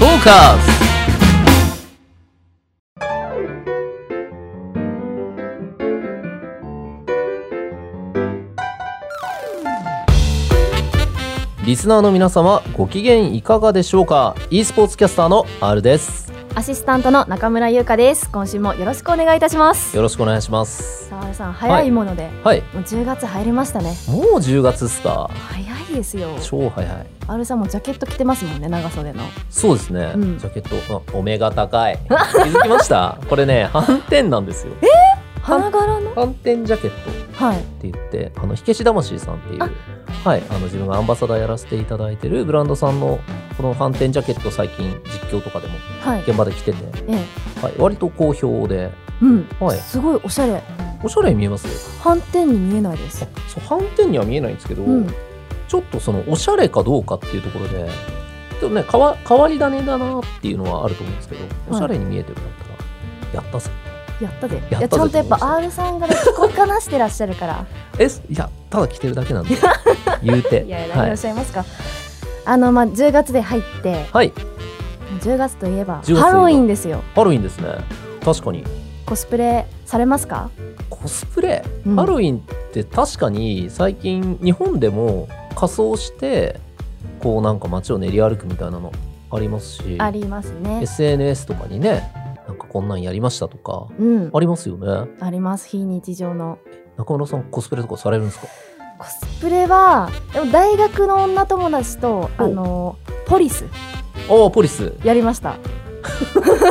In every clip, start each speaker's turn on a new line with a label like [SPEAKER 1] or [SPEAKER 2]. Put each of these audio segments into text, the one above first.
[SPEAKER 1] カスリスナーの皆様ご機嫌いかがでしょうか e スポーツキャスターの R です
[SPEAKER 2] アシスタントの中村優香です。今週もよろしくお願いいたします。
[SPEAKER 1] よろしくお願いします
[SPEAKER 2] さあ、さん、早いもので、
[SPEAKER 1] はい
[SPEAKER 2] もう10月入りましたね。
[SPEAKER 1] もう10月っすか
[SPEAKER 2] 早いですよ。
[SPEAKER 1] 超早い
[SPEAKER 2] あるさんもジャケット着てますもんね、長袖の。
[SPEAKER 1] そうですね、
[SPEAKER 2] うん
[SPEAKER 1] ジャケットあお目が高い気づきましたこれね反転なんですよ
[SPEAKER 2] 花柄の。
[SPEAKER 1] 反転ジャケット
[SPEAKER 2] はい。
[SPEAKER 1] って言ってあの火消し魂さんっていう
[SPEAKER 2] あ
[SPEAKER 1] はい、あの自分がアンバサダーやらせていただいてるブランドさんのこの反転ジャケット最近実況とかでも
[SPEAKER 2] はい。
[SPEAKER 1] 現場で着てて、
[SPEAKER 2] ええ。
[SPEAKER 1] はい、割と好評で
[SPEAKER 2] うん。
[SPEAKER 1] はい
[SPEAKER 2] すごいおしゃれ。
[SPEAKER 1] おしゃれに見えますよ
[SPEAKER 2] 反転に見えないです。
[SPEAKER 1] あそう反転には見えないんですけど、
[SPEAKER 2] うん。
[SPEAKER 1] ちょっとそのおしゃれかどうかっていうところででもね変わ変わり種だなっていうのはあると思うんですけどおしゃれに見えてるんだったら、やったぜ
[SPEAKER 2] やったで。
[SPEAKER 1] や
[SPEAKER 2] い
[SPEAKER 1] ったぜ
[SPEAKER 2] や、ちゃんとやっぱ R さんが着こっかなしてらっしゃるから。
[SPEAKER 1] えすいやただ着てるだけ なんで言うて
[SPEAKER 2] いや、い
[SPEAKER 1] は
[SPEAKER 2] らっ
[SPEAKER 1] い、
[SPEAKER 2] しゃいますか。あの、まあ、10月で入って、
[SPEAKER 1] はい、
[SPEAKER 2] 10月といえ
[SPEAKER 1] 10
[SPEAKER 2] ば、
[SPEAKER 1] 月といえば
[SPEAKER 2] ハロウィンですよ。
[SPEAKER 1] ハロウィンですね確かに
[SPEAKER 2] コスプレされますか
[SPEAKER 1] コスプレ、
[SPEAKER 2] うん
[SPEAKER 1] ハロウィンって確かに最近日本でも仮装してこうなんか街を練り歩くみたいなのありますし
[SPEAKER 2] ありますね。
[SPEAKER 1] SNS とかにねなんかこんなんやりましたとか
[SPEAKER 2] うん。
[SPEAKER 1] ありますよね
[SPEAKER 2] あります非日常の
[SPEAKER 1] 中村さんコスプレとかされるんですか
[SPEAKER 2] コスプレはでも大学の女友達とあ
[SPEAKER 1] お
[SPEAKER 2] のポリス
[SPEAKER 1] ああポリス
[SPEAKER 2] やりました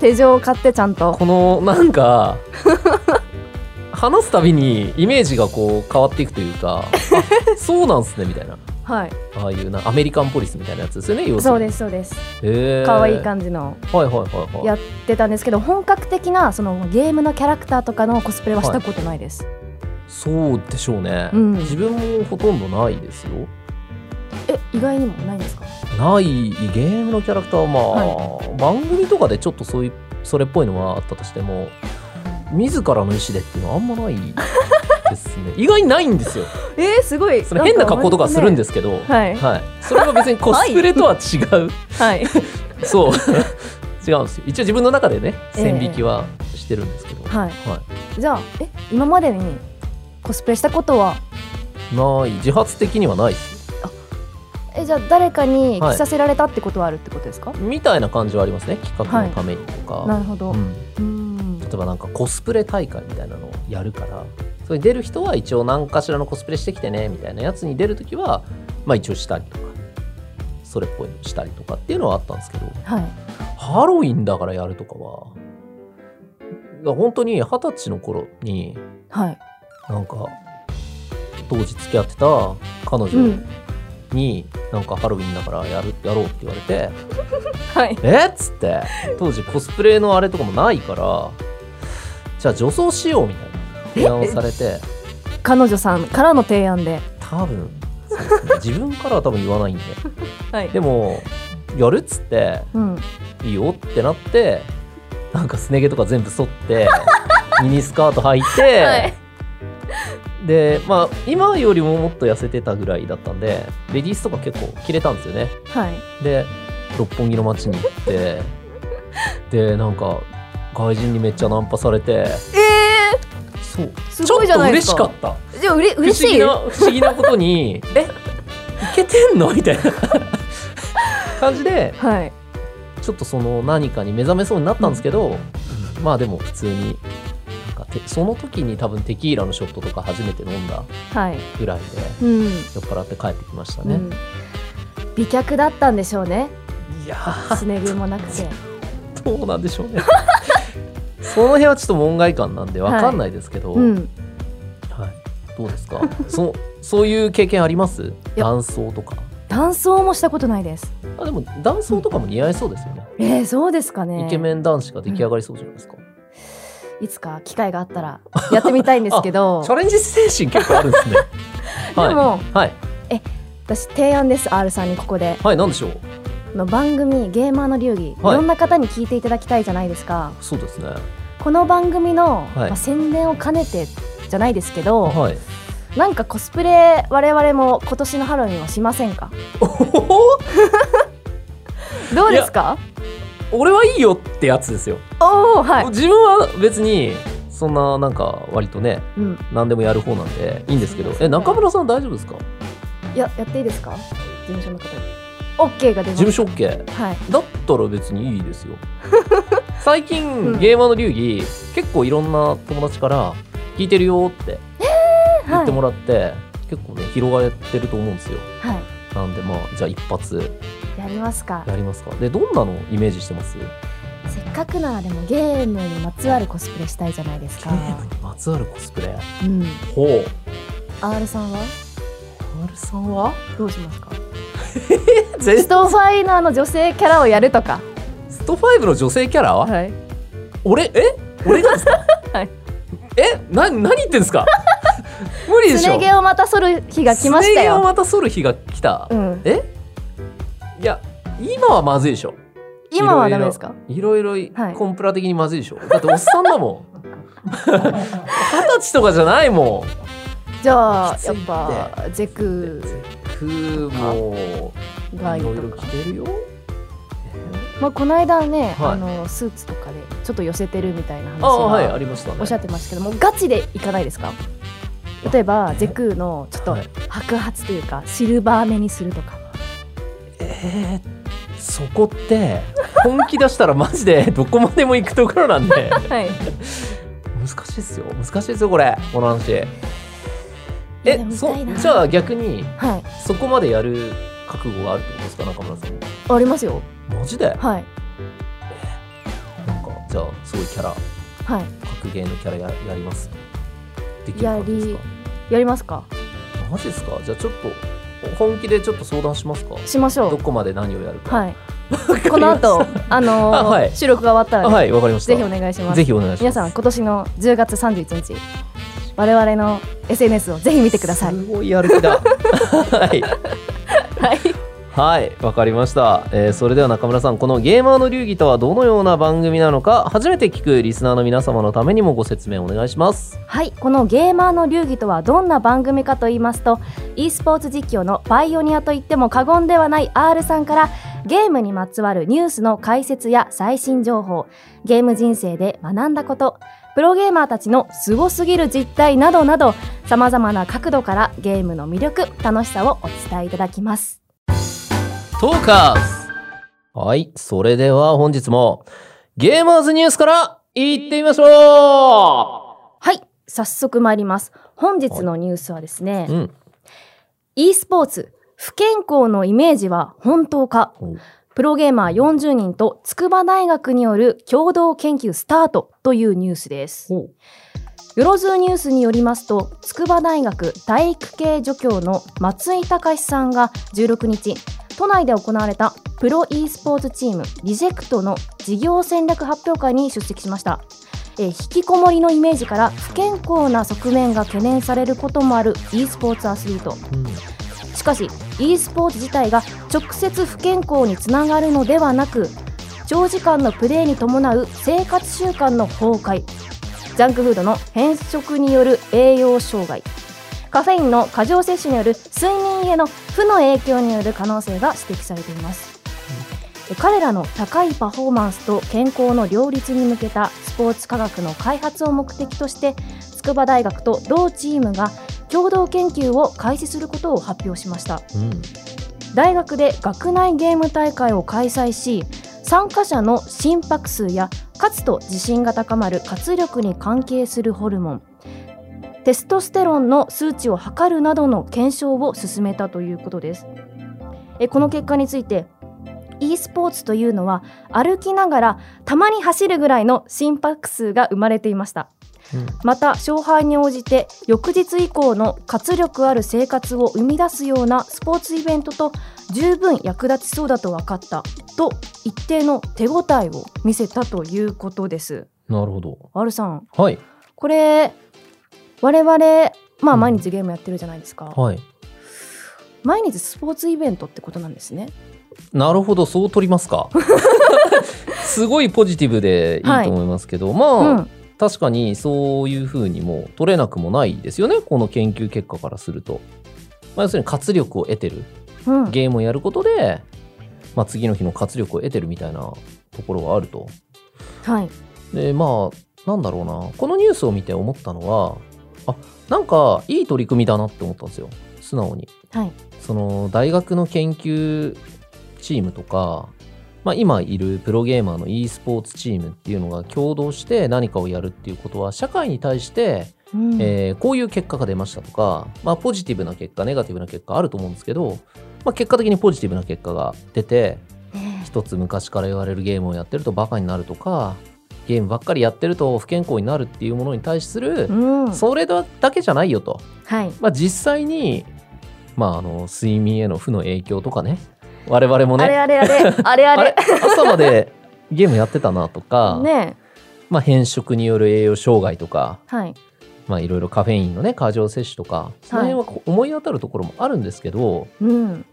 [SPEAKER 2] 手錠を買ってちゃんと
[SPEAKER 1] このなん か話すたびにイメージがこう変わっていくというかあそうなんすねみたいな
[SPEAKER 2] はい
[SPEAKER 1] ああいうなアメリカンポリスみたいなやつですよね要す
[SPEAKER 2] そう
[SPEAKER 1] る
[SPEAKER 2] で
[SPEAKER 1] に
[SPEAKER 2] すそうです
[SPEAKER 1] へえ
[SPEAKER 2] 可愛い感じの
[SPEAKER 1] はいはいはいはい
[SPEAKER 2] や出たんですけど本格的なそのゲームのキャラクターとかのコスプレはしたことないです、
[SPEAKER 1] そうでしょうね、
[SPEAKER 2] うん
[SPEAKER 1] 自分もほとんどないですよ
[SPEAKER 2] え意外にもないんですか
[SPEAKER 1] ないゲームのキャラクターはまあ、番組とかでちょっとそういうそれっぽいのはあったとしても自らの意思でっていうのはあんまないです ね意外にないんですよ
[SPEAKER 2] えー、すごい
[SPEAKER 1] その変な格好とかするんですすけど、
[SPEAKER 2] はい
[SPEAKER 1] はい、それは別にコスプレとは違う、
[SPEAKER 2] はい
[SPEAKER 1] そう 違うんですよ一応自分の中でね線引きはしてるんですけど、
[SPEAKER 2] はい
[SPEAKER 1] はい、
[SPEAKER 2] じゃあえ今までにコスプレしたことは
[SPEAKER 1] ない自発的にはないです
[SPEAKER 2] えじゃあ誰かに
[SPEAKER 1] はい
[SPEAKER 2] 着させられたってことはあるってことですか、
[SPEAKER 1] みたいな感じはありますね企画のためにとか、
[SPEAKER 2] なるほど、
[SPEAKER 1] うん、
[SPEAKER 2] うん
[SPEAKER 1] 例えばなんかコスプレ大会みたいなのをやるからそれに出る人は一応何かしらのコスプレしてきてねみたいなやつに出るときはまあ一応したりとかそれっぽいのしたりとかっていうのはあったんですけど
[SPEAKER 2] はい。
[SPEAKER 1] ハロウィンだからやるとかはいや本当に二十歳の頃に
[SPEAKER 2] はい。
[SPEAKER 1] なんか当時付き合ってた彼女。になんかハロウィンだからやるやろうって言われて
[SPEAKER 2] はい。
[SPEAKER 1] えっつって当時コスプレのあれとかもないからじゃあ女装しようみたいな提案をされて
[SPEAKER 2] 彼女さんからの提案で。
[SPEAKER 1] 多分そうですね自分からは多分言わないんで
[SPEAKER 2] はい
[SPEAKER 1] でもやるっつって
[SPEAKER 2] うん。
[SPEAKER 1] いいよってなってなんかすね毛とか全部剃って ミニスカート履いて、
[SPEAKER 2] はい
[SPEAKER 1] でまあ今よりももっと痩せてたぐらいだったんでレディースとか結構着れたんですよね
[SPEAKER 2] はい。
[SPEAKER 1] で六本木の街に行ってでなんか外人にめっちゃナンパされて
[SPEAKER 2] ええ
[SPEAKER 1] そう
[SPEAKER 2] すごいじゃないですか
[SPEAKER 1] ちょっと嬉しかっ
[SPEAKER 2] ー。じゃあうれ
[SPEAKER 1] た
[SPEAKER 2] 嬉し
[SPEAKER 1] 不思議
[SPEAKER 2] い。
[SPEAKER 1] な不思議なこと にえいけてんのみたいな感じで
[SPEAKER 2] はい。
[SPEAKER 1] ちょっとその何かに目覚めそうになったんですけど、まあでも普通になんかてその時に多分テキーラのショットとか初めて飲んだ
[SPEAKER 2] はい。
[SPEAKER 1] ぐらいで
[SPEAKER 2] うん。
[SPEAKER 1] 酔っ払って帰ってきました
[SPEAKER 2] う
[SPEAKER 1] ね、
[SPEAKER 2] ん。美脚だったんでしょう ね。
[SPEAKER 1] いやー
[SPEAKER 2] すね毛もなくて。
[SPEAKER 1] どうなんでしょうね その辺はちょっと門外漢なんでわかんないですけど、
[SPEAKER 2] うん。
[SPEAKER 1] はい、どうですかそそういう経験あります
[SPEAKER 2] いや
[SPEAKER 1] 男装とか
[SPEAKER 2] 断層もしたことないです。
[SPEAKER 1] あでも男装とかも似合いそうですよね、
[SPEAKER 2] えー、そうですかね。
[SPEAKER 1] イケメン男子が出来上がりそうじゃないですか、
[SPEAKER 2] いつか機会があったらやってみたいんです けど
[SPEAKER 1] チャ。レンジ精神結構あるんです ねはい
[SPEAKER 2] でも
[SPEAKER 1] はい
[SPEAKER 2] 私提案です R さんにここで
[SPEAKER 1] はい何でしょう
[SPEAKER 2] あの番組ゲーマーの流儀、
[SPEAKER 1] はい
[SPEAKER 2] いろんな方に聞いていただきたいじゃないですか。
[SPEAKER 1] そうですね
[SPEAKER 2] この番組の、
[SPEAKER 1] はい
[SPEAKER 2] まあ、宣伝を兼ねてじゃないですけど、
[SPEAKER 1] はい
[SPEAKER 2] なんかコスプレ我々も今年のハロウィンはしませんか
[SPEAKER 1] おほほ
[SPEAKER 2] どうですか
[SPEAKER 1] 俺はいいよってやつですよ、
[SPEAKER 2] おおはい、
[SPEAKER 1] 自分は別にそんななんか割とね
[SPEAKER 2] うん、
[SPEAKER 1] 何でもやる方なんでいいんですけどえ中村さん大丈夫ですか
[SPEAKER 2] いややっていいですか事務所の方に OK が出ま
[SPEAKER 1] 事務
[SPEAKER 2] し
[SPEAKER 1] 所 OK
[SPEAKER 2] たはい
[SPEAKER 1] だったら別にいいです よ最近、
[SPEAKER 2] うん
[SPEAKER 1] ゲーマーの流儀結構いろんな友達から聞いてるよって言ってもらって、結構ね広がってると思うんですよ
[SPEAKER 2] はい、
[SPEAKER 1] な
[SPEAKER 2] は
[SPEAKER 1] んでまあじゃあ一発
[SPEAKER 2] い、やりますか
[SPEAKER 1] やりますかでどんなのイメージしてます
[SPEAKER 2] せっかくならでもゲームにまつわるコスプレしたいじゃないです
[SPEAKER 1] ゲ
[SPEAKER 2] か
[SPEAKER 1] ームにまつわるコスプレ
[SPEAKER 2] うん
[SPEAKER 1] ほう
[SPEAKER 2] R さんは
[SPEAKER 1] R さんは
[SPEAKER 2] どうしますか
[SPEAKER 1] 全
[SPEAKER 2] ストファイナーの女性キャラをやるとか
[SPEAKER 1] スト5の女性キャラ、
[SPEAKER 2] はい
[SPEAKER 1] 俺え俺がですか
[SPEAKER 2] はい
[SPEAKER 1] えな何言ってんですか無理でし
[SPEAKER 2] す
[SPEAKER 1] ょ
[SPEAKER 2] ね毛をまた剃る日が来ま
[SPEAKER 1] す
[SPEAKER 2] した
[SPEAKER 1] ね毛を
[SPEAKER 2] よ、
[SPEAKER 1] また剃る日が来た、
[SPEAKER 2] うん、
[SPEAKER 1] いや今はまずいでしょ
[SPEAKER 2] 今はダメですか
[SPEAKER 1] いろいろ
[SPEAKER 2] はい
[SPEAKER 1] コンプラ的にまずいでしょ、だっておっさんだもん二十歳とかじゃないもん
[SPEAKER 2] じゃあ
[SPEAKER 1] きつい
[SPEAKER 2] や
[SPEAKER 1] っ
[SPEAKER 2] ってぱゼク
[SPEAKER 1] クーも
[SPEAKER 2] がい
[SPEAKER 1] い
[SPEAKER 2] い
[SPEAKER 1] ろいろ
[SPEAKER 2] とか
[SPEAKER 1] 着てるよ
[SPEAKER 2] まあ、この間ね、
[SPEAKER 1] はい
[SPEAKER 2] あのスーツとかでちょっと寄せてるみたいな話
[SPEAKER 1] ああはいあ
[SPEAKER 2] が
[SPEAKER 1] りましたね
[SPEAKER 2] おっしゃってましたけどもうガチでいかないですか例えばゼクのちょっと
[SPEAKER 1] はい
[SPEAKER 2] 白髪というかシルバー目にするとか
[SPEAKER 1] えー、そこって本気出したらマジでどこまでも行くところなんで
[SPEAKER 2] はい
[SPEAKER 1] 難しいですよ難しいですよこれこの話
[SPEAKER 2] で
[SPEAKER 1] え
[SPEAKER 2] も見
[SPEAKER 1] そ
[SPEAKER 2] たいな
[SPEAKER 1] じゃあ逆に
[SPEAKER 2] はい
[SPEAKER 1] そこまでやる覚悟があるってことですか中村さん
[SPEAKER 2] ありますよ
[SPEAKER 1] マジでなんか
[SPEAKER 2] はい
[SPEAKER 1] じゃあすごいキャラ
[SPEAKER 2] は
[SPEAKER 1] 格ゲーのキャラややりますできる
[SPEAKER 2] や
[SPEAKER 1] 感
[SPEAKER 2] り
[SPEAKER 1] じですか
[SPEAKER 2] いやりますか
[SPEAKER 1] マジですかじゃあちょっと本気でちょっと相談しますか
[SPEAKER 2] しましょ
[SPEAKER 1] ど
[SPEAKER 2] う
[SPEAKER 1] こまで何をやるか
[SPEAKER 2] はいこの後 あのー
[SPEAKER 1] あはい
[SPEAKER 2] 収録が終わった
[SPEAKER 1] あ
[SPEAKER 2] らね、
[SPEAKER 1] はいわかりました
[SPEAKER 2] ぜひお願いします
[SPEAKER 1] ぜひお願いします
[SPEAKER 2] 皆さん今年の10月31日我々の SNS をぜひ見てください
[SPEAKER 1] すごいやる気だ はい
[SPEAKER 2] はい
[SPEAKER 1] はい、わかりました、えーそれでは中村さん、このゲーマーの流儀とはどのような番組なのか、初めて聞くリスナーの皆様のためにもご説明お願いします。
[SPEAKER 2] はい、このゲーマーの流儀とはどんな番組かと言いますと e スポーツ実況のパイオニアと言っても過言ではない R さんからゲームにまつわるニュースの解説や最新情報ゲーム人生で学んだことプロゲーマーたちのすごすぎる実態などなどさまざまな角度からゲームの魅力楽しさをお伝えいただきます。
[SPEAKER 1] トーカーズはい、それでは本日も、ゲーマーズニュースから行ってみましょ
[SPEAKER 2] はい早速参ります本日のニュースはですね
[SPEAKER 1] う、うん、
[SPEAKER 2] e スポーツ不健康のイメージは本当かプロゲーマー40人と筑波大学による共同研究スタートというニュースです。
[SPEAKER 1] ほう
[SPEAKER 2] よろずーニュースによりますと、筑波大学体育系助教の松井隆さんが16日、都内で行われたプロ e スポーツチームリジェクトの事業戦略発表会に出席しました。えー引きこもりのイメージから不健康な側面が懸念されることもある e スポーツアスリート。
[SPEAKER 1] うん
[SPEAKER 2] しかし e スポーツ自体が直接不健康につながるのではなく長時間のプレーに伴う生活習慣の崩壊ジャンクフードの変色による栄養障害カフェインの過剰摂取による睡眠への負の影響による可能性が指摘されています彼らの高いパフォーマンスと健康の両立に向けたスポーツ科学の開発を目的として筑波大学と同チームが共同研究を開始することを発表しました
[SPEAKER 1] うん
[SPEAKER 2] 大学で学内ゲーム大会を開催し参加者の心拍数や勝つと自信が高まる活力に関係するホルモンテストステロンの数値を測るなどの検証を進めたということですえこの結果について e スポーツというのは歩きながらたまに走るぐらいの心拍数が生まれていました
[SPEAKER 1] うん
[SPEAKER 2] また勝敗に応じて翌日以降の活力ある生活を生み出すようなスポーツイベントと十分役立ちそうだと分かったと一定の手応えを見せたということです。
[SPEAKER 1] なるほど。
[SPEAKER 2] R さん
[SPEAKER 1] はい、
[SPEAKER 2] これ我々まあ
[SPEAKER 1] うん
[SPEAKER 2] 毎日ゲームやってるじゃないですか、
[SPEAKER 1] はい。
[SPEAKER 2] 毎日スポーツイベントってことなんですね
[SPEAKER 1] なるほど、そう取ります か。すごいポジティブでいいと思いますけど、ま
[SPEAKER 2] う
[SPEAKER 1] あ、
[SPEAKER 2] ん
[SPEAKER 1] 確かにそういうふうにも取れなくもないですよねこの研究結果からすると、まあ、要するに活力を得てる
[SPEAKER 2] うん
[SPEAKER 1] ゲームをやることでまあ、次の日の活力を得てるみたいなところがあると。
[SPEAKER 2] はい
[SPEAKER 1] でまあなんだろうなこのニュースを見て思ったのはあなんかいい取り組みだなって思ったんですよ素直に。
[SPEAKER 2] はい
[SPEAKER 1] その大学の研究チームとか、まあ、今いるプロゲーマーの e スポーツチームっていうのが共同して何かをやるっていうことは社会に対して、
[SPEAKER 2] うん
[SPEAKER 1] えーこういう結果が出ましたとか、まあ、ポジティブな結果ネガティブな結果あると思うんですけど、まあ、結果的にポジティブな結果が出て
[SPEAKER 2] ね
[SPEAKER 1] 一つ昔から言われるゲームをやってるとバカになるとかゲームばっかりやってると不健康になるっていうものに対する
[SPEAKER 2] え、うん
[SPEAKER 1] それだけじゃないよと。
[SPEAKER 2] はい
[SPEAKER 1] まあ、実際に、まあ、あの睡眠への負の影響とかね我々もね
[SPEAKER 2] あれあれあれあれ あれ
[SPEAKER 1] あれ朝までゲームやってたなとか、
[SPEAKER 2] ね
[SPEAKER 1] まあ、偏食による栄養障害とか、
[SPEAKER 2] えはい
[SPEAKER 1] まあ、いろいろカフェインのね過剰摂取とかその辺はこう思い当たるところもあるんですけど
[SPEAKER 2] うん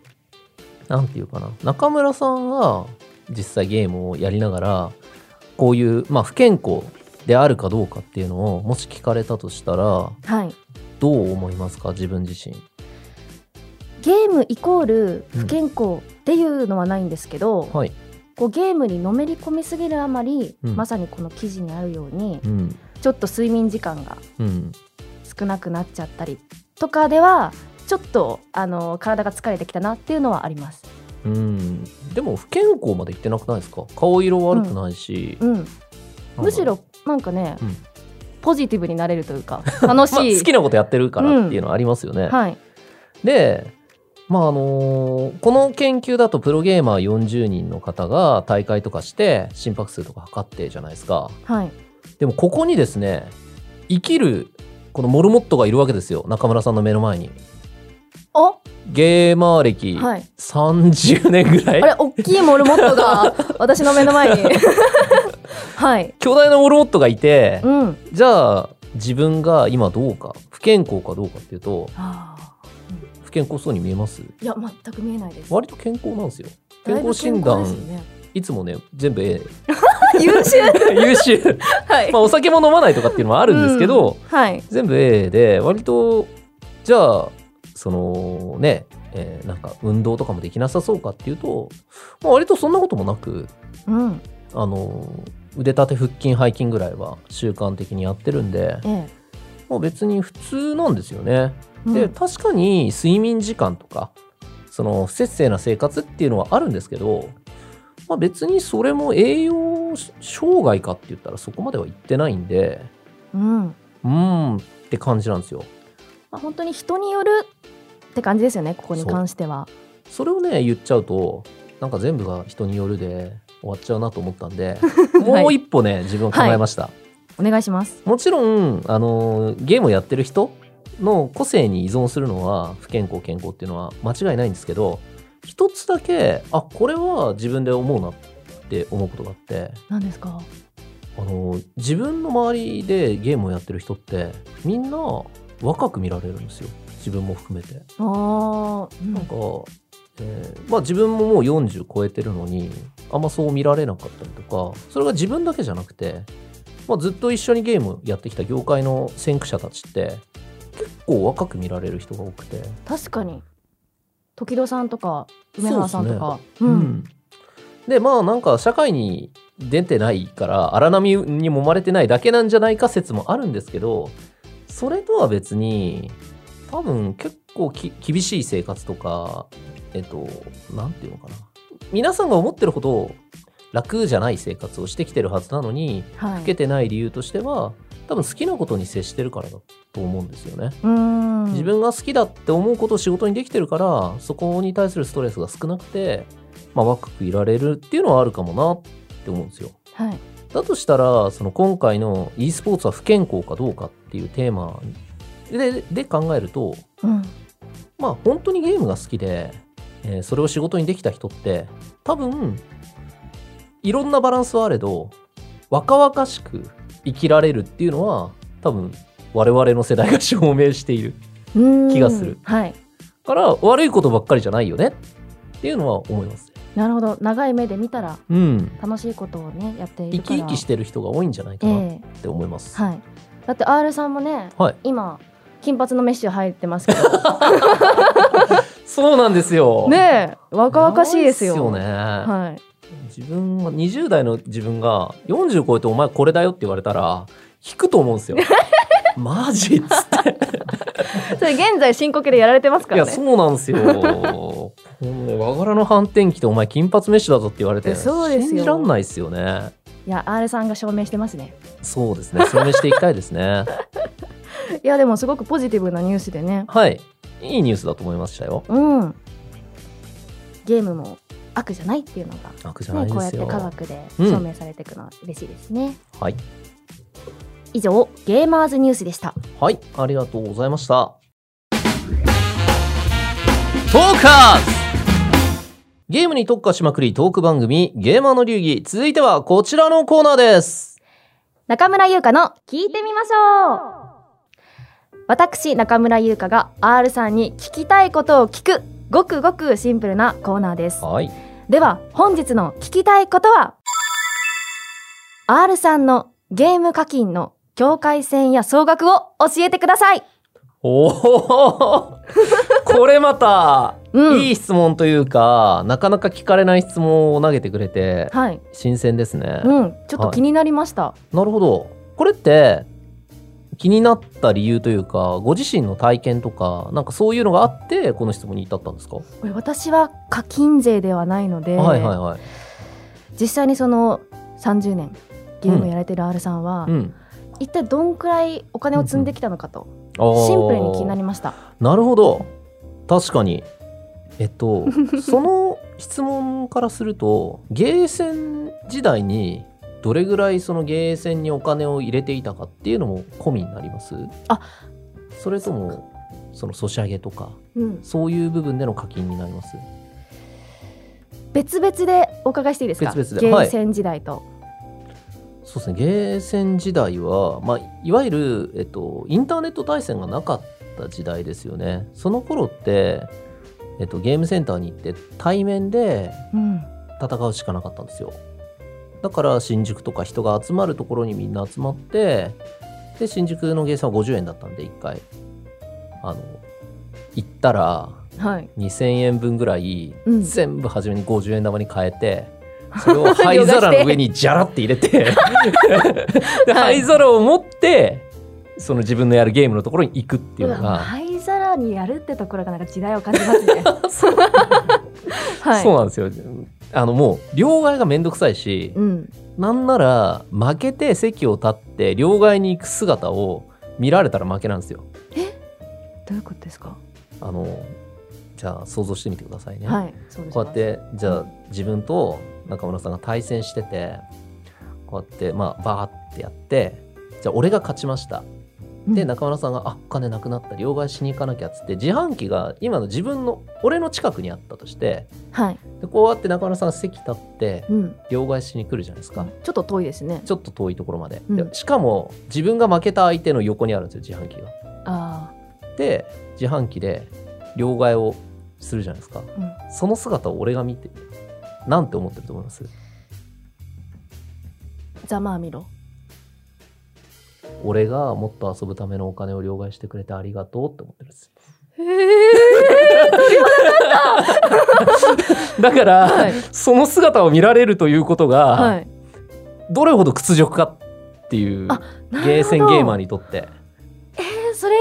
[SPEAKER 1] なんていうかな中村さんが実際ゲームをやりながらこういう、まあ、不健康であるかどうかっていうのをもし聞かれたとしたら
[SPEAKER 2] はい
[SPEAKER 1] どう思いますか自分自身。
[SPEAKER 2] ゲームイコール不健康っていうのはないんですけど、
[SPEAKER 1] はい、
[SPEAKER 2] こうゲームにのめり込みすぎるあまり、
[SPEAKER 1] うん
[SPEAKER 2] まさにこの記事にあるように
[SPEAKER 1] うん
[SPEAKER 2] ちょっと睡眠時間が
[SPEAKER 1] うん
[SPEAKER 2] 少なくなっちゃったりとかではちょっとあの体が疲れてきたなっていうのはあります。
[SPEAKER 1] うん、でも不健康までいってなくないですか顔色悪くないし、
[SPEAKER 2] うん、むし
[SPEAKER 1] なんだ
[SPEAKER 2] ろなんかね、
[SPEAKER 1] うん
[SPEAKER 2] ポジティブになれるというか楽し
[SPEAKER 1] ろう、まあ
[SPEAKER 2] い、
[SPEAKER 1] 好きなことやってるからっていうのはありますよね。
[SPEAKER 2] はい
[SPEAKER 1] で、まああのーこの研究だとプロゲーマー40人の方が大会とかして心拍数とか測ってじゃないですか
[SPEAKER 2] はい
[SPEAKER 1] でもここにですね生きるこのモルモットがいるわけですよ中村さんの目の前に
[SPEAKER 2] お
[SPEAKER 1] ゲーマー歴
[SPEAKER 2] はい
[SPEAKER 1] 30年ぐらい、
[SPEAKER 2] あれ大きいモルモット が私の目の前にはい
[SPEAKER 1] 巨大なモルモットがいて、
[SPEAKER 2] うん
[SPEAKER 1] じゃあ自分が今どうか不健康かどうかっていうと
[SPEAKER 2] あ
[SPEAKER 1] 不健康そうに見えます
[SPEAKER 2] ーいや全く見えないです
[SPEAKER 1] 割と健康なんですよ
[SPEAKER 2] だ
[SPEAKER 1] 健
[SPEAKER 2] いぶ
[SPEAKER 1] 康診
[SPEAKER 2] 健
[SPEAKER 1] 断
[SPEAKER 2] 康で すね
[SPEAKER 1] いつもね全部 A
[SPEAKER 2] 優 秀
[SPEAKER 1] 優秀
[SPEAKER 2] はい
[SPEAKER 1] まあお酒も飲まないとかっていうのもあ
[SPEAKER 2] あ
[SPEAKER 1] るんですけど、
[SPEAKER 2] はい
[SPEAKER 1] 全部 A で割とじゃあそのね、えーなんか運動とかもできなさそうかっていうと、まあ、割とそんなこともなく
[SPEAKER 2] うん
[SPEAKER 1] あの腕立て腹筋背筋ぐらいは習慣的にやってるんで、
[SPEAKER 2] ええ
[SPEAKER 1] まあ、別に普通なんですよね。
[SPEAKER 2] うん
[SPEAKER 1] で確かに睡眠時間とかその不節制な生活っていうのはあるんですけど、まあ、別にそれも栄養障害かって言ったらそこまではいってないんで
[SPEAKER 2] うん
[SPEAKER 1] うーんって感じなんですよ。
[SPEAKER 2] まあ、本当に人によるって感じですよねここに関しては
[SPEAKER 1] それをね言っちゃうとなんか全部が人によるで終わっちゃうなと思ったんでもう一歩ね自分は考えました。
[SPEAKER 2] お願いします
[SPEAKER 1] もちろんあのゲームをやってる人の個性に依存するのは不健康健康っていうのは間違いないんですけど一つだけあこれは自分で思うなって思うことがあって
[SPEAKER 2] 何ですか
[SPEAKER 1] あの自分の周りでゲームをやってる人ってみんな若く見られるんですよ自分も含めて。
[SPEAKER 2] あー、うん
[SPEAKER 1] なんか、えーまあ、自分ももう40超えてるのにあんまそう見られなかったりとかそれが自分だけじゃなくて、まあ、ずっと一緒にゲームやってきた業界の先駆者たちって結構若く見られる人が多くて
[SPEAKER 2] 確かに時戸さんとか梅原さんとかう,、
[SPEAKER 1] うんんでまあなんか社会に出てないから荒波に揉まれてないだけなんじゃないか説もあるんですけどそれとは別に多分結構き厳しい生活とかえっとなんていうのかな皆さんが思ってるほど楽じゃない生活をしてきてるはずなのに
[SPEAKER 2] は
[SPEAKER 1] 受
[SPEAKER 2] い
[SPEAKER 1] けてない理由としては多分好きなことに接してるからだと思うんですよね。
[SPEAKER 2] うーん
[SPEAKER 1] 自分が好きだって思うことを仕事にできてるからそこに対するストレスが少なくて、まあ、若くいられるっていうのはあるかもなって思うんですよ。
[SPEAKER 2] はい
[SPEAKER 1] だとしたらその今回の e スポーツは不健康かどうかっていうテーマでで考えると
[SPEAKER 2] うん
[SPEAKER 1] まあ本当にゲームが好きで、えーそれを仕事にできた人って多分いろんなバランスはあれど若々しく生きられるっていうのは多分我々の世代が証明している。
[SPEAKER 2] うーん
[SPEAKER 1] 気がする
[SPEAKER 2] はい
[SPEAKER 1] から悪いことばっかりじゃないよねっていうのは思いますね。
[SPEAKER 2] なるほど長い目で見たら
[SPEAKER 1] うん。
[SPEAKER 2] 楽しいことをねやってい
[SPEAKER 1] 生
[SPEAKER 2] るか
[SPEAKER 1] き生
[SPEAKER 2] ら
[SPEAKER 1] きしてる人が多いんじゃないか
[SPEAKER 2] え
[SPEAKER 1] なっ
[SPEAKER 2] え
[SPEAKER 1] て思います。
[SPEAKER 2] はいだって R さんもね
[SPEAKER 1] はい。
[SPEAKER 2] 今金髪のメッシュ入って ますけ
[SPEAKER 1] そうなんですよ
[SPEAKER 2] どねえ若々しいですよ
[SPEAKER 1] やばいっすね、
[SPEAKER 2] はい、
[SPEAKER 1] 自分は20代の自分が40超えてお前これだよって言われたら引くと思うん ですよマジっつって
[SPEAKER 2] それ現在深呼吸でやられてますか
[SPEAKER 1] い
[SPEAKER 2] ら
[SPEAKER 1] や
[SPEAKER 2] ね
[SPEAKER 1] そうなんですよこのね和柄の反転機とお前金髪メッシュだぞって言われて
[SPEAKER 2] そうですよ
[SPEAKER 1] 信じらんないですよね
[SPEAKER 2] いや R さんが証明してますね
[SPEAKER 1] そうですね証明していきたいですね
[SPEAKER 2] いやでもすごくポジティブなニュースでね
[SPEAKER 1] はいいいニュースだと思いましたよ
[SPEAKER 2] うんゲームも悪じゃないっていうのが
[SPEAKER 1] 悪じゃな
[SPEAKER 2] ね、
[SPEAKER 1] い
[SPEAKER 2] こ
[SPEAKER 1] で
[SPEAKER 2] う
[SPEAKER 1] す
[SPEAKER 2] やって
[SPEAKER 1] よ
[SPEAKER 2] 科学で証明されていくのは嬉しいですね、
[SPEAKER 1] はい
[SPEAKER 2] 以上ゲーマーズニュースでした
[SPEAKER 1] はいありがとうございましたトーカーズゲームに特化しまくりトーク番組ゲーマーの流儀続いてはこちらのコーナーです
[SPEAKER 2] 中村優香の聞いてみましょう私中村優香が R さんに聞きたいことを聞くごくごくシンプルなコーナーです
[SPEAKER 1] はい
[SPEAKER 2] では本日の聞きたいことは R さんのゲーム課金の境界線や総額を教えてください
[SPEAKER 1] お おこれまた
[SPEAKER 2] うん
[SPEAKER 1] いい質問というかなかなか聞かれない質問を投げてくれて
[SPEAKER 2] はい、
[SPEAKER 1] 新鮮ですね、
[SPEAKER 2] うん、ちょっと気になりました、
[SPEAKER 1] なるほどこれって気になった理由というかご自身の体験とかなんかそういうのがあってこの質問に至ったんですか、
[SPEAKER 2] これ私は課金税ではないので、
[SPEAKER 1] はいはいはい、
[SPEAKER 2] 実際にその30年ゲームをやられてる R さんは、
[SPEAKER 1] うん、
[SPEAKER 2] 一体どんくらいお金を積んできたのかと、
[SPEAKER 1] あー
[SPEAKER 2] シンプルに気になりました
[SPEAKER 1] なるほど確かにえっ とその質問からするとゲーセン時代にどれぐらいそのゲーセンにお金を入れていたかっていうのも込みになります
[SPEAKER 2] あ
[SPEAKER 1] それともそのソシャゲとか
[SPEAKER 2] うん
[SPEAKER 1] そういう部分での課金になります
[SPEAKER 2] 別々でお伺いしていいですか
[SPEAKER 1] 別々
[SPEAKER 2] ゲ
[SPEAKER 1] ではい
[SPEAKER 2] ーセン時代と、
[SPEAKER 1] そうですねゲーセン時代は、まあ、いわゆる、えっと、インターネット対戦がなかった時代ですよねその頃って、えっと、ゲームセンターに行って対面で
[SPEAKER 2] うん
[SPEAKER 1] 戦うしかなかったんですよだから新宿とか人が集まるところにみんな集まってで新宿のゲーセンは50円だったんで1回あの行ったら
[SPEAKER 2] はい
[SPEAKER 1] 2000円分ぐらい、
[SPEAKER 2] うん
[SPEAKER 1] 全部初めに50円玉に変えてそれを灰皿の上にジャラって入れてで
[SPEAKER 2] はい
[SPEAKER 1] 灰皿を持ってその自分のやるゲームのところに行くっていうの
[SPEAKER 2] うわ
[SPEAKER 1] が、
[SPEAKER 2] 灰皿にやるってところがなんか時代を感じます ね
[SPEAKER 1] そう
[SPEAKER 2] はい
[SPEAKER 1] そうなんですよあのもう両替がめんどくさいし、
[SPEAKER 2] うん、
[SPEAKER 1] なんなら負けて席を立って両替に行く姿を見られたら負けなんですよ
[SPEAKER 2] どういうことですか、
[SPEAKER 1] あのじゃあ想像してみてくださいね、
[SPEAKER 2] はいそうです
[SPEAKER 1] こうやってじゃあ自分と中村さんが対戦しててこうやってまあバーってやってじゃあ俺が勝ちましたで中村さんが「あお金なくなった両替しに行かなきゃ」っつって自販機が今の自分の俺の近くにあったとして
[SPEAKER 2] はい、
[SPEAKER 1] でこうやって中村さんが席立って
[SPEAKER 2] うん、
[SPEAKER 1] 両替しに来るじゃないですか、
[SPEAKER 2] ちょっと遠いですね
[SPEAKER 1] ちょっと遠いところまで,
[SPEAKER 2] う
[SPEAKER 1] で、
[SPEAKER 2] ん
[SPEAKER 1] しかも自分が負けた相手の横にあるんですよ自販機が
[SPEAKER 2] あ
[SPEAKER 1] で自販機で両替をするじゃないですか
[SPEAKER 2] あ、うん、
[SPEAKER 1] その姿を俺が見てなんて思ってると思います
[SPEAKER 2] ざまあみろ
[SPEAKER 1] 俺がもっと遊ぶためのお金を両替してくれてありがとうって思ってるんです
[SPEAKER 2] へえ
[SPEAKER 1] だから、
[SPEAKER 2] はい
[SPEAKER 1] その姿を見られるということが、
[SPEAKER 2] はい
[SPEAKER 1] どれほど屈辱かっていう
[SPEAKER 2] あ
[SPEAKER 1] ゲーセンゲーマー
[SPEAKER 2] に
[SPEAKER 1] にとって、
[SPEAKER 2] それ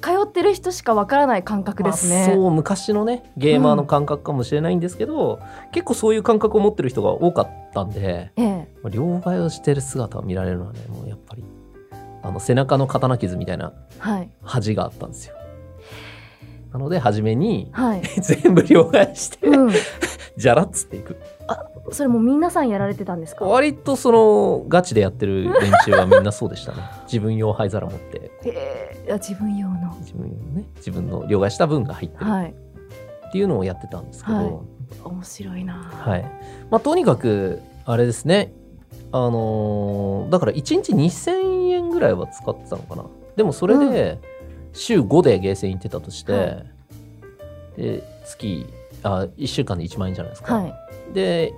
[SPEAKER 2] 通ってる人しかわからない感覚ですね、
[SPEAKER 1] まあそう昔のねゲーマーの感覚かもしれないんですけど、結構そういう感覚を持ってる人が多かったんで
[SPEAKER 2] ええ
[SPEAKER 1] まあ両替をしてる姿を見られるのはねもうやっぱりあの背中の刀傷みたいな
[SPEAKER 2] はい
[SPEAKER 1] 恥があったんですよなので初め に
[SPEAKER 2] はい、
[SPEAKER 1] 全部両替して
[SPEAKER 2] うん、
[SPEAKER 1] じゃらっつっていく
[SPEAKER 2] それもう皆さんやられてたんですか
[SPEAKER 1] 割とそのガチでやってる連中はみんなそうでした ね自分用灰皿持って
[SPEAKER 2] ええいや自分用の
[SPEAKER 1] 自分用のね自分の両替した分が入ってる
[SPEAKER 2] はい
[SPEAKER 1] っていうのをやってたんですけど、
[SPEAKER 2] 面白いな
[SPEAKER 1] はいまあ、とにかくあれですねあのーだから1日2,000円ぐらいは使ってたのかなでもそれで週5でゲーセン行ってたとして、
[SPEAKER 2] はい
[SPEAKER 1] で月あ1週間で1万円じゃないですか、
[SPEAKER 2] はい
[SPEAKER 1] で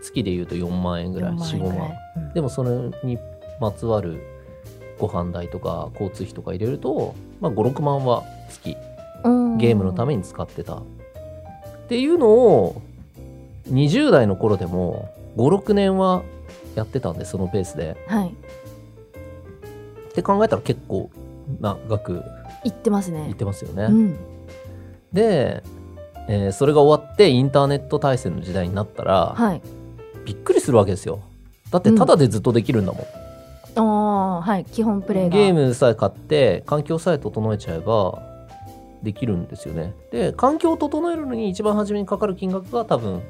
[SPEAKER 1] 月で言うと4万円ぐらい
[SPEAKER 2] 4
[SPEAKER 1] 45万
[SPEAKER 2] ぐらいうん
[SPEAKER 1] でもそれにまつわるご飯代とか交通費とか入れると、まあ、56万は月
[SPEAKER 2] うん
[SPEAKER 1] ゲームのために使ってたっていうのを20代の頃でも56年はやってたんでそのペースで
[SPEAKER 2] はい
[SPEAKER 1] って考えたら結構な額
[SPEAKER 2] 行ってます
[SPEAKER 1] いっ
[SPEAKER 2] ね
[SPEAKER 1] てますよね、
[SPEAKER 2] うん
[SPEAKER 1] で、えーそれが終わってインターネット対戦の時代になったら、
[SPEAKER 2] はい
[SPEAKER 1] びっくりするわけですよだってタダでずっとできるんだもん、
[SPEAKER 2] ああはい基本プレイが
[SPEAKER 1] ゲームさえ買って環境さえ整えちゃえばできるんですよねで環境を整えるのに一番初めにかかる金額が多分、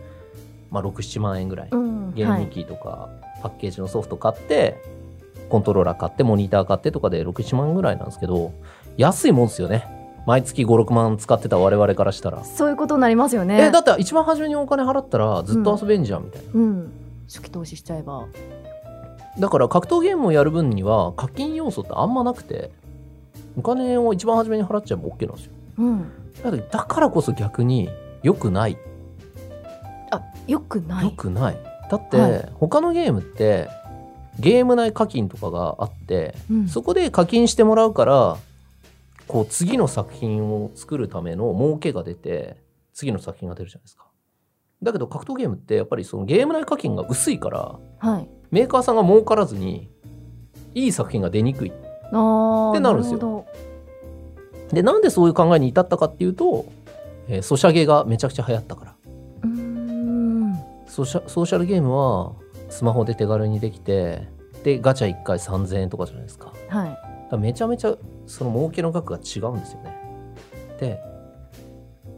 [SPEAKER 1] まあ、67万円ぐらい、
[SPEAKER 2] うん
[SPEAKER 1] ゲ
[SPEAKER 2] は
[SPEAKER 1] ーム
[SPEAKER 2] い
[SPEAKER 1] 機とかパッケージのソフト買ってコントローラー買ってモニター買ってとかで67万円ぐらいなんですけど安いもんですよね毎月56万使ってた我々からしたら
[SPEAKER 2] そういうことになりますよね
[SPEAKER 1] えだって一番初めにお金払ったらずっと遊べんじゃんみたいな、
[SPEAKER 2] うん初期投資しちゃえば
[SPEAKER 1] だから格闘ゲームをやる分には課金要素ってあんまなくてお金を一番初めに払っちゃえば OK なんですよ
[SPEAKER 2] うん
[SPEAKER 1] だからだからこそ逆に良くない
[SPEAKER 2] あよくない
[SPEAKER 1] 良くないだっ
[SPEAKER 2] は
[SPEAKER 1] て他のゲームってゲーム内課金とかがあって
[SPEAKER 2] うん
[SPEAKER 1] そこで課金してもらうからこう次の作品を作るための儲けが出て次の作品が出るじゃないですかだけど格闘ゲームってやっぱりそのゲーム内課金が薄いから
[SPEAKER 2] はい
[SPEAKER 1] メーカーさんが儲からずにいい作品が出にくい
[SPEAKER 2] あー
[SPEAKER 1] ってなるんですよ
[SPEAKER 2] るほ
[SPEAKER 1] でなんでそういう考えに至ったかっていうと、えーソシャゲがめちゃくちゃ流行ったから
[SPEAKER 2] どうーん
[SPEAKER 1] ソシャソーシャルゲームはスマホで手軽にできてでガチャ1回3000円とかじゃないですか
[SPEAKER 2] はい
[SPEAKER 1] だからめちゃめちゃその儲けの額が違うんですよね。で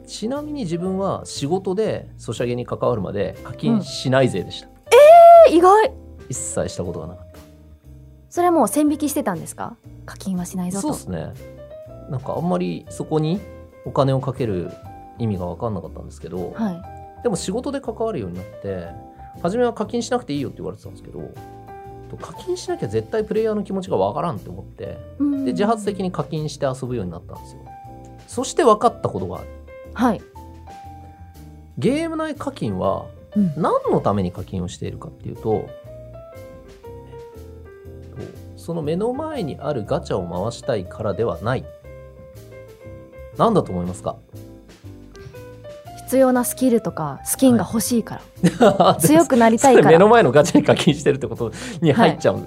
[SPEAKER 1] ちなみに自分は仕事でソシャゲに関わるまで課金しない税でした、
[SPEAKER 2] え意外
[SPEAKER 1] 一切したことがなかっ
[SPEAKER 2] それはもう線引きしてたんですか課金はしない
[SPEAKER 1] た
[SPEAKER 2] ぞ
[SPEAKER 1] そう
[SPEAKER 2] と
[SPEAKER 1] ですねなんかあんまりそこにお金をかける意味が分かんなかったんですけど、
[SPEAKER 2] はい
[SPEAKER 1] でも仕事で関わるようになって初めは課金しなくていいよって言われてたんですけど課金しなきゃ絶対プレイヤーの気持ちが分からんって思って
[SPEAKER 2] うん
[SPEAKER 1] で自発的に課金して遊ぶようになったんですよそして分かったことがある
[SPEAKER 2] はい
[SPEAKER 1] ゲーム内課金は
[SPEAKER 2] うん
[SPEAKER 1] 何のために課金をしているかっていうと、えっとその目の前にあるガチャを回したいからではない。何だと思いますか
[SPEAKER 2] 必要なスキルとかスキンが欲しいから、強
[SPEAKER 1] 強
[SPEAKER 2] くなりたいか
[SPEAKER 1] 目
[SPEAKER 2] ら
[SPEAKER 1] の前のガチャに課金してるってことに入っちゃう、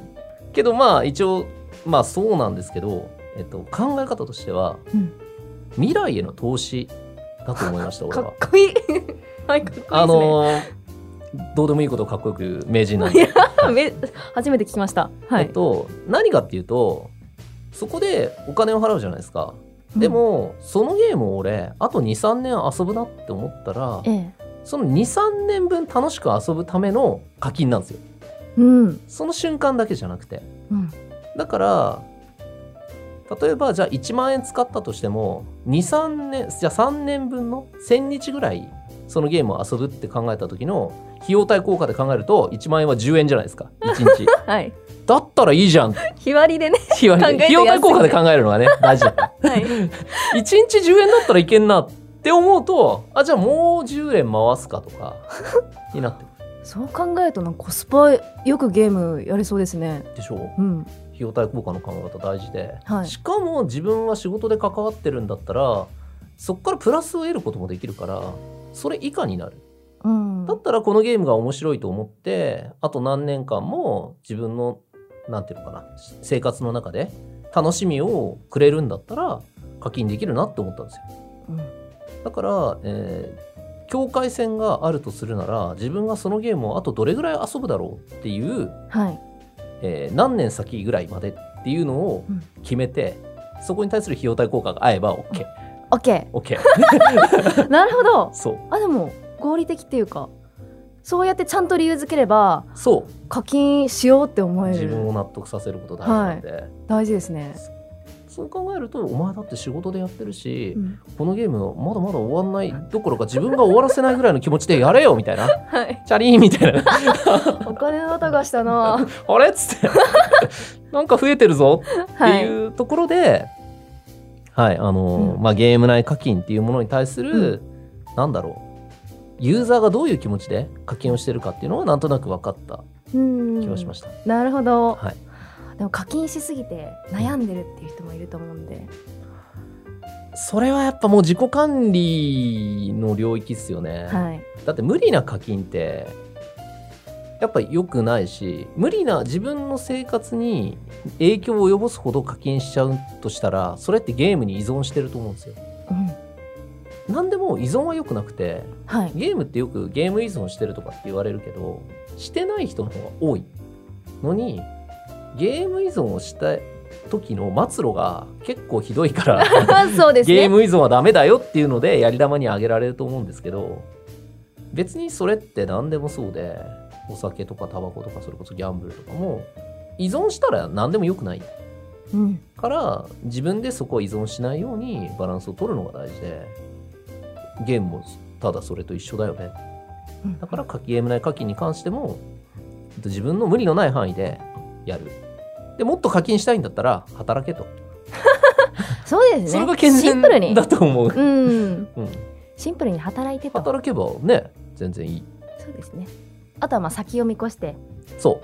[SPEAKER 1] けどまあ一応まあそうなんですけど、えっと、考え方としては、
[SPEAKER 2] うん
[SPEAKER 1] 未来への投資だと思いました俺
[SPEAKER 2] か
[SPEAKER 1] は
[SPEAKER 2] っ。こいいはいかっこいいですね
[SPEAKER 1] あのーどうでもいいことをかっこよく名人なんで
[SPEAKER 2] いやめ初めて聞きましたは
[SPEAKER 1] え
[SPEAKER 2] い
[SPEAKER 1] っ、と、何かっていうとそこでお金を払うじゃないですかでも、そのゲームを俺あと23年遊ぶなって思ったら
[SPEAKER 2] うん、ええ
[SPEAKER 1] その23年分楽しく遊ぶための課金なんですよ
[SPEAKER 2] うん
[SPEAKER 1] その瞬間だけじゃなくて
[SPEAKER 2] うん
[SPEAKER 1] だから例えばじゃあ1万円使ったとしても23年じゃあ3年分の1000日ぐらいそのゲームを遊ぶって考えた時の費用対効果で考えると1万円は10円じゃないですか1日
[SPEAKER 2] はい
[SPEAKER 1] だったらいいじゃんって
[SPEAKER 2] 日割りでね
[SPEAKER 1] 費用
[SPEAKER 2] 考えて安い
[SPEAKER 1] 費用対効果で考えるのがね大事だ
[SPEAKER 2] はい
[SPEAKER 1] 1日10円だったらいけんなって思うとあじゃあもう10円回すかとかになってく
[SPEAKER 2] そう考えるとなんかコスパよくゲームやれそうですね
[SPEAKER 1] るでしょう
[SPEAKER 2] うん
[SPEAKER 1] 費用対効果の考え方大事で、
[SPEAKER 2] はい
[SPEAKER 1] しかも自分は仕事で関わってるんだったらそこからプラスを得ることもできるからそれ以下になる
[SPEAKER 2] うん
[SPEAKER 1] だったらこのゲームが面白いと思ってあと何年間も自分のなんていうのかな生活の中で楽しみをくれるんだったら課金できるなって思ったんですよ
[SPEAKER 2] うん
[SPEAKER 1] だから、えー境界線があるとするなら自分がそのゲームをあとどれぐらい遊ぶだろうっていう
[SPEAKER 2] はい
[SPEAKER 1] えー何年先ぐらいまでっていうのを
[SPEAKER 2] うん
[SPEAKER 1] 決めて、そこに対する費用対効果が合えば OKOK、
[SPEAKER 2] オッケ
[SPEAKER 1] OK
[SPEAKER 2] ーなるほど
[SPEAKER 1] そう
[SPEAKER 2] あでも合理的っていうかそうやってちゃんと理由づければ
[SPEAKER 1] そう
[SPEAKER 2] 課金しようって思え
[SPEAKER 1] 自分
[SPEAKER 2] る
[SPEAKER 1] を納得させること大事なんで、
[SPEAKER 2] 大事ですね、
[SPEAKER 1] そう考えるとお前だって仕事でやってるし、
[SPEAKER 2] うん
[SPEAKER 1] このゲームまだまだ終わんないどころか自分が終わらせないぐらいの気持ちでやれよみたいな
[SPEAKER 2] はい
[SPEAKER 1] チャリーンみたいな
[SPEAKER 2] お金の音がしたな
[SPEAKER 1] あれっつって なんか増えてるぞって
[SPEAKER 2] はい
[SPEAKER 1] いうところで、はい、あのー
[SPEAKER 2] うん
[SPEAKER 1] まあ、ゲーム内課金っていうものに対す
[SPEAKER 2] う
[SPEAKER 1] る、なんだろう、ユーザーがどういう気持ちで課金をしてるかっていうのはなんとなく分かった
[SPEAKER 2] うん
[SPEAKER 1] 気がしました。
[SPEAKER 2] なるほど
[SPEAKER 1] はい。
[SPEAKER 2] でも課金しすぎて悩んでるっていう人もいると思うんで
[SPEAKER 1] それはやっぱもう自己管理の領域っすよね、
[SPEAKER 2] はい
[SPEAKER 1] だって無理な課金ってやっぱ良くないし無理な自分の生活に影響を及ぼすほど課金しちゃうとしたらそれってゲームに依存してると思うんですよ
[SPEAKER 2] うん
[SPEAKER 1] 何でも依存は良くなくて
[SPEAKER 2] はい
[SPEAKER 1] ゲームってよくゲーム依存してるとかって言われるけどしてない人の方が多いのにゲーム依存をした時の末路が結構ひどいから
[SPEAKER 2] そうですね
[SPEAKER 1] ゲーム依存はダメだよっていうのでやり玉にあげられると思うんですけど別にそれって何でもそうでお酒とかタバコとかそれこそギャンブルとかも依存したら何でも良くない
[SPEAKER 2] うん
[SPEAKER 1] から自分でそこを依存しないようにバランスを取るのが大事でゲームもただそれと一緒だよね
[SPEAKER 2] うん
[SPEAKER 1] だから課金ゲーム内課金に関してもえっと自分の無理のない範囲でやるでもっと課金したいんだったら働けと
[SPEAKER 2] そうですね
[SPEAKER 1] それが健
[SPEAKER 2] シンプル
[SPEAKER 1] 全
[SPEAKER 2] に
[SPEAKER 1] だと思う、
[SPEAKER 2] うん
[SPEAKER 1] うん、
[SPEAKER 2] シンプルに働いてと
[SPEAKER 1] 働けばね全然いい
[SPEAKER 2] そうですねあとはまあ先を見越して
[SPEAKER 1] そ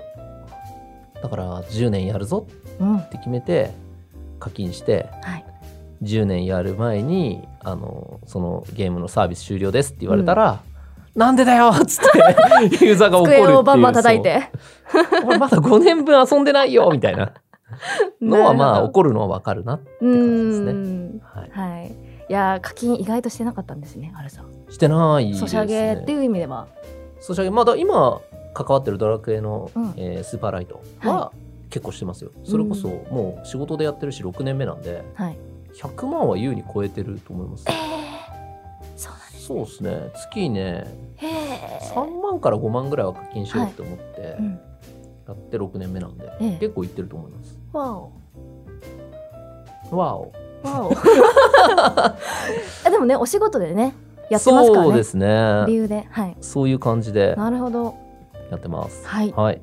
[SPEAKER 1] うだから10年やるぞ
[SPEAKER 2] うんは
[SPEAKER 1] って決めて課金して
[SPEAKER 2] い
[SPEAKER 1] 10年やる前にあのそのゲームのサービス終了ですって言われたら、なんでだよっつ ってユーザーが怒るってい
[SPEAKER 2] 机
[SPEAKER 1] う
[SPEAKER 2] をバンバン叩いて
[SPEAKER 1] そうお前まだ5年分遊んでないよ みたいなのはまあ
[SPEAKER 2] なるほ
[SPEAKER 1] 怒るのはわかるな、
[SPEAKER 2] ど
[SPEAKER 1] って感じですね
[SPEAKER 2] うん
[SPEAKER 1] はい、
[SPEAKER 2] はいいやー課金意外としてなかったんですねあれさん
[SPEAKER 1] してないです
[SPEAKER 2] ソ
[SPEAKER 1] ね
[SPEAKER 2] シャゲっていう意味では
[SPEAKER 1] ソシャゲまだ今関わってるドラクエの、
[SPEAKER 2] うん
[SPEAKER 1] えースーパーライトは結構してますよ、それこそもう仕事でやってるし6年目なんで
[SPEAKER 2] はい
[SPEAKER 1] 100万は優に超えてると思います
[SPEAKER 2] えそうなん
[SPEAKER 1] そうですね月ね
[SPEAKER 2] へえ
[SPEAKER 1] 3万から5万ぐらいは課金しようって思って、
[SPEAKER 2] うん
[SPEAKER 1] やって6年目なんで、
[SPEAKER 2] ええ
[SPEAKER 1] 結構いってると思います。
[SPEAKER 2] わお
[SPEAKER 1] わお。
[SPEAKER 2] わ おあでもねお仕事でねやってますから
[SPEAKER 1] そう
[SPEAKER 2] ね
[SPEAKER 1] です
[SPEAKER 2] 理
[SPEAKER 1] ね。
[SPEAKER 2] 由ではい
[SPEAKER 1] そういう感じで
[SPEAKER 2] なるほど
[SPEAKER 1] やってます。
[SPEAKER 2] はい
[SPEAKER 1] はい。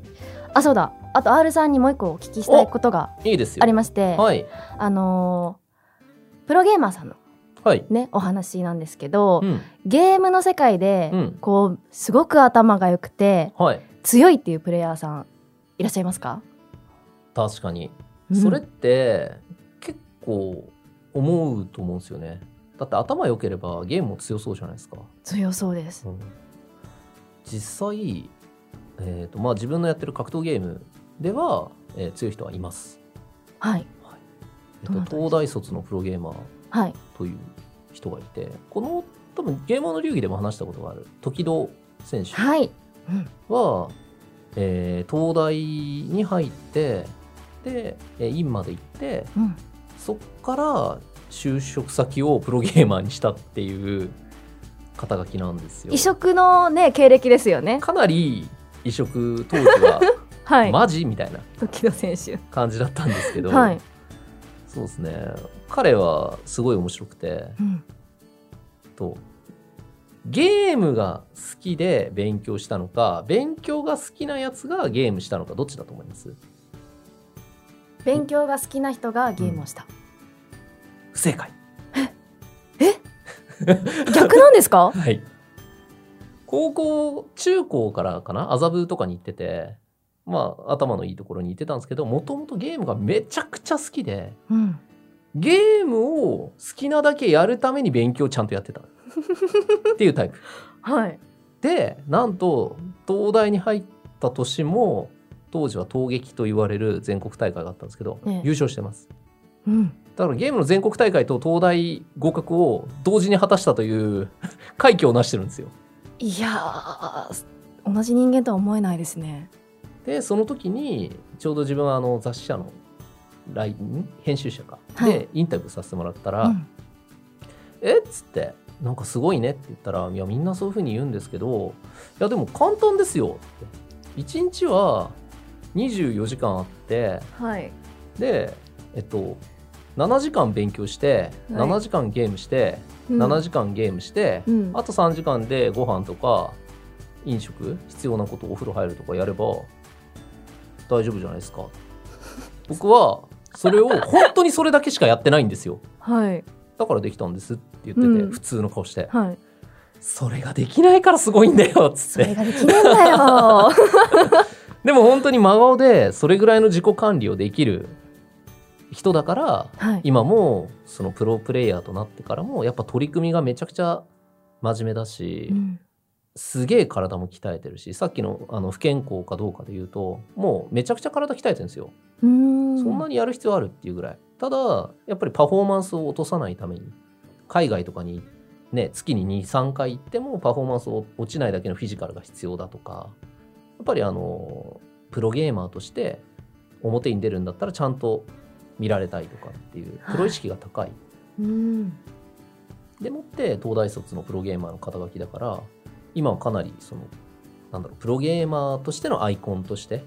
[SPEAKER 2] あそうだあと R さんにもう一個お聞きしたいことが
[SPEAKER 1] いいですよ。
[SPEAKER 2] ありまして、
[SPEAKER 1] はい。
[SPEAKER 2] あのープロゲーマーさんの
[SPEAKER 1] はい。
[SPEAKER 2] ねお話なんですけど、
[SPEAKER 1] うん。
[SPEAKER 2] ゲームの世界で、
[SPEAKER 1] うん
[SPEAKER 2] こうすごく頭が良くて
[SPEAKER 1] はい。
[SPEAKER 2] 強いっていうプレイヤーさんいらっしゃいますか、
[SPEAKER 1] 確かに。
[SPEAKER 2] うん
[SPEAKER 1] それって結構思うと思うんですよね。だって頭良ければゲームも強そうじゃないですか。
[SPEAKER 2] 強そうです
[SPEAKER 1] うん実際、えーとまあ、自分のやってる格闘ゲームでは、えー強い人はいます。
[SPEAKER 2] はい
[SPEAKER 1] えっと
[SPEAKER 2] どなたですか
[SPEAKER 1] 東大卒のプロゲーマー
[SPEAKER 2] はい
[SPEAKER 1] という人がいてこの多分ゲーマーの流儀でも話したことがある時戸選手は、
[SPEAKER 2] はい、うん
[SPEAKER 1] えー東大に入ってでえー院まで行って
[SPEAKER 2] うん、
[SPEAKER 1] そっから就職先をプロゲーマーにしたっていう肩書きなんですよ
[SPEAKER 2] 異。色のね経歴ですよね
[SPEAKER 1] かなり移植当時は、
[SPEAKER 2] はい、
[SPEAKER 1] マジみたいな
[SPEAKER 2] 時野選手
[SPEAKER 1] 感じだったんですけど、
[SPEAKER 2] はい、
[SPEAKER 1] そうですね彼はすごい面白くて
[SPEAKER 2] うん、
[SPEAKER 1] とゲームが好きで勉強したのか勉強が好きなやつがゲームしたのかどっちだと思います
[SPEAKER 2] 勉強が好きな人がゲームをした、
[SPEAKER 1] 不正解
[SPEAKER 2] 逆なんですか
[SPEAKER 1] はい高校中高からかな麻布とかに行っててまあ頭のいいところに行ってたんですけどもともとゲームがめちゃくちゃ好きで
[SPEAKER 2] うん
[SPEAKER 1] ゲームを好きなだけやるために勉強をちゃんとやってたっていうタイプ
[SPEAKER 2] はい
[SPEAKER 1] でなんと東大に入った年も当時は陶撃と言われる全国大会があったんですけど、
[SPEAKER 2] ええ
[SPEAKER 1] 優勝してます
[SPEAKER 2] うん
[SPEAKER 1] だからゲームの全国大会と東大合格を同時に果たしたという快挙を成してるんですよ
[SPEAKER 2] いやー同じ人間とは思えないですね
[SPEAKER 1] でその時にちょうど自分はあの雑誌社の LINE 編集者か、
[SPEAKER 2] はい
[SPEAKER 1] でインタビューさせてもらったら「
[SPEAKER 2] うん
[SPEAKER 1] えっ?」つって「なんかすごいね」って言ったら「いやみんなそういうふうに言うんですけどいやでも簡単ですよ」って1日は24時間あって
[SPEAKER 2] はい
[SPEAKER 1] でえっと7時間勉強して、
[SPEAKER 2] はい
[SPEAKER 1] 7時間ゲームして、
[SPEAKER 2] うん
[SPEAKER 1] 7時間ゲームして、
[SPEAKER 2] うん
[SPEAKER 1] あと3時間でご飯とか飲食必要なことお風呂入るとかやれば大丈夫じゃないです か僕はそれを本当にそれだけしかやってないんですよ
[SPEAKER 2] はい
[SPEAKER 1] だからできたんですって言ってて、
[SPEAKER 2] うん
[SPEAKER 1] 普通の顔して
[SPEAKER 2] はい
[SPEAKER 1] それができないからすごいんだよっつ
[SPEAKER 2] そ
[SPEAKER 1] っ
[SPEAKER 2] れ
[SPEAKER 1] て。
[SPEAKER 2] ができねえんだよ
[SPEAKER 1] でも本当に真顔でそれぐらいの自己管理をできる人だから
[SPEAKER 2] はい、
[SPEAKER 1] 今もそのプロプレイヤーとなってからもやっぱ取り組みがめちゃくちゃ真面目だし、
[SPEAKER 2] うん
[SPEAKER 1] すげえ体も鍛えてるしさっきのあの不健康かどうかで言うともうめちゃくちゃ体鍛えてるんですよ、
[SPEAKER 2] うーん
[SPEAKER 1] そんなにやる必要あるっていうぐらいただやっぱりパフォーマンスを落とさないために海外とかにね月に23回行ってもパフォーマンスを落ちないだけのフィジカルが必要だとかやっぱりあのプロゲーマーとして表に出るんだったらちゃんと見られたいとかっていうプロ意識が高い
[SPEAKER 2] うん
[SPEAKER 1] でもって東大卒のプロゲーマーの肩書きだから今はかなりそのなんだろうプロゲーマーとしてのアイコンとして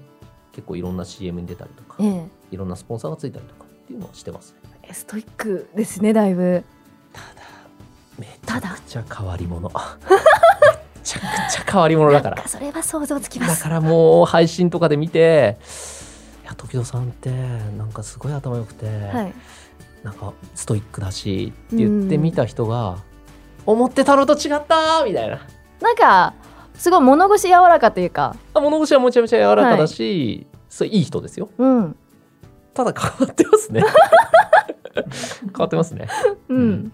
[SPEAKER 1] 結構いろんな CM に出たりとか
[SPEAKER 2] ええ
[SPEAKER 1] いろんなスポンサーがついたりとかっていうのはしてますね
[SPEAKER 2] えストイックですねだいぶ
[SPEAKER 1] めち
[SPEAKER 2] た
[SPEAKER 1] ゃ
[SPEAKER 2] だ
[SPEAKER 1] くちゃ変わり者めちゃくちゃ変わり者だか
[SPEAKER 2] なん
[SPEAKER 1] ら
[SPEAKER 2] かそれは想像つきま
[SPEAKER 1] だ
[SPEAKER 2] す
[SPEAKER 1] からもう配信とかで見ていや時戸さんってなんかすごい頭良くて、
[SPEAKER 2] はい
[SPEAKER 1] なんかストイックだしって言ってみた人が思ってたのと違ったーみたいな
[SPEAKER 2] なんかすごい物腰柔らかというか
[SPEAKER 1] あ物腰はめちゃめちゃ柔らかだし、それいい人ですよ
[SPEAKER 2] うん
[SPEAKER 1] ただ変わってます ね変わってますね
[SPEAKER 2] うん、
[SPEAKER 1] うん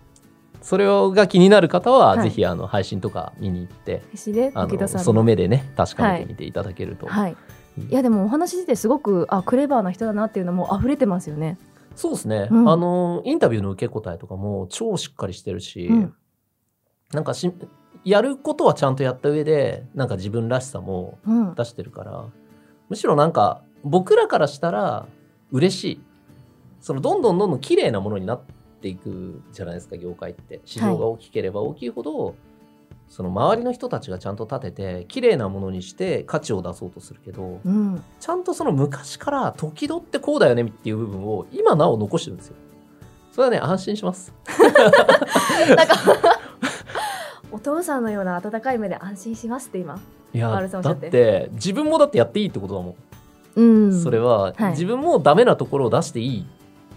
[SPEAKER 1] それが気になる方は、
[SPEAKER 2] はい
[SPEAKER 1] ぜひあの配信とか見に行って
[SPEAKER 2] 石で
[SPEAKER 1] あ
[SPEAKER 2] 時田
[SPEAKER 1] の
[SPEAKER 2] さん
[SPEAKER 1] その目でね確かめてみていただけると、
[SPEAKER 2] はいいやでもお話ししてすごくあクレバーな人だなっていうのも溢れてますよね
[SPEAKER 1] そうですね、
[SPEAKER 2] うん
[SPEAKER 1] あのインタビューの受け答えとかも超しっかりしてるし、
[SPEAKER 2] うん
[SPEAKER 1] なんかしやることはちゃんとやった上でなんか自分らしさも
[SPEAKER 2] うん
[SPEAKER 1] 出してるからむしろなんか僕らからしたら嬉しいそのどんどんどんどん綺麗なものになっていくじゃないですか業界って市場が大きければ大きいほど、その周りの人たちがちゃんと立てて綺麗なものにして価値を出そうとするけど
[SPEAKER 2] うん
[SPEAKER 1] ちゃんとその昔から時々ってこうだよねっていう部分を今なお残してるんですよそれはね安心します
[SPEAKER 2] なんかお父さんのような温かい目で安心しますって今
[SPEAKER 1] いや
[SPEAKER 2] 丸さんおっし
[SPEAKER 1] だ
[SPEAKER 2] ゃ
[SPEAKER 1] っ
[SPEAKER 2] って
[SPEAKER 1] て自分もだってやっていいってことだもん
[SPEAKER 2] うん
[SPEAKER 1] それは、
[SPEAKER 2] はい
[SPEAKER 1] 自分もダメなところを出していい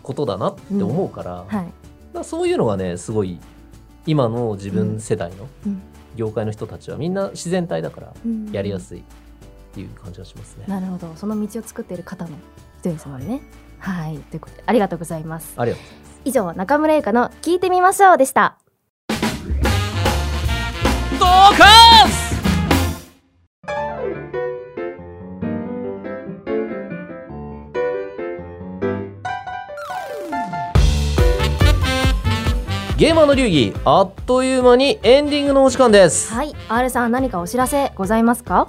[SPEAKER 1] ことだなって思うから,、だか
[SPEAKER 2] はい
[SPEAKER 1] らそういうのがねすごい今の自分世代の
[SPEAKER 2] うん
[SPEAKER 1] 業界の人たちはみんな自然体だから
[SPEAKER 2] うん
[SPEAKER 1] やりやすいっていう感じがしますね。
[SPEAKER 2] なるほどその道を作っている方の一人ですもんねはいということでありがとうございます
[SPEAKER 1] ありがとう
[SPEAKER 2] 以上中村ゆかの聞いてみましょうでした
[SPEAKER 1] ドカゲーマーの流儀あっという間にエンディングのお時間です。
[SPEAKER 2] はい R さん何かお知らせございますか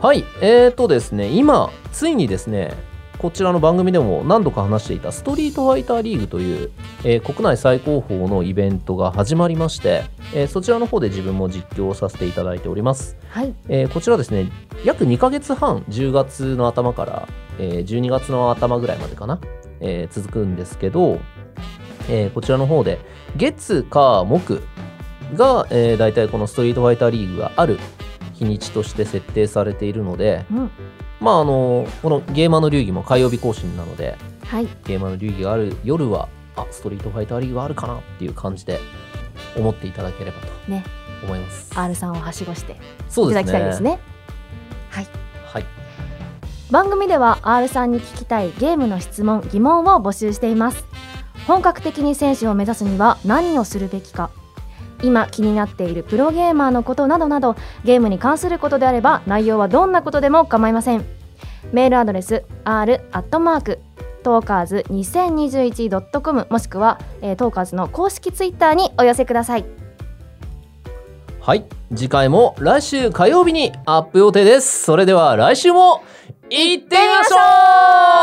[SPEAKER 1] はい、えーとですね、今、ついにですね、こちらの番組でも何度か話していたストリートファイターリーグという、えー国内最高峰のイベントが始まりまして、えーそちらの方で自分も実況をさせていただいております。
[SPEAKER 2] はい
[SPEAKER 1] えーこちらですね、約2ヶ月半、10月の頭から、えー12月の頭ぐらいまでかな、えー続くんですけど、えーこちらの方で、月、火、木が、えー、大体このストリートファイターリーグがある日にちとして設定されているので、
[SPEAKER 2] うん
[SPEAKER 1] まああのこのゲーマーの流儀も火曜日更新なので
[SPEAKER 2] はい
[SPEAKER 1] ゲーマーの流儀がある夜はあストリートファイターリーグがあるかなっていう感じで思っていただければと
[SPEAKER 2] ね
[SPEAKER 1] 思います、
[SPEAKER 2] R さんをはしごしてい
[SPEAKER 1] そ
[SPEAKER 2] ただきたいですね
[SPEAKER 1] はい
[SPEAKER 2] 番組では R さんに聞きたいゲームの質問疑問を募集しています本格的に選手を目指すには何をするべきか今気になっているプロゲーマーのことなどなどゲームに関することであれば内容はどんなことでも構いませんメールアドレス r アットマークトーカーズ 2021.com もしくは、えー、トーカーズの公式ツイッターにお寄せください
[SPEAKER 1] はい次回も来週火曜日にアップ予定ですそれでは来週も行ってみましょう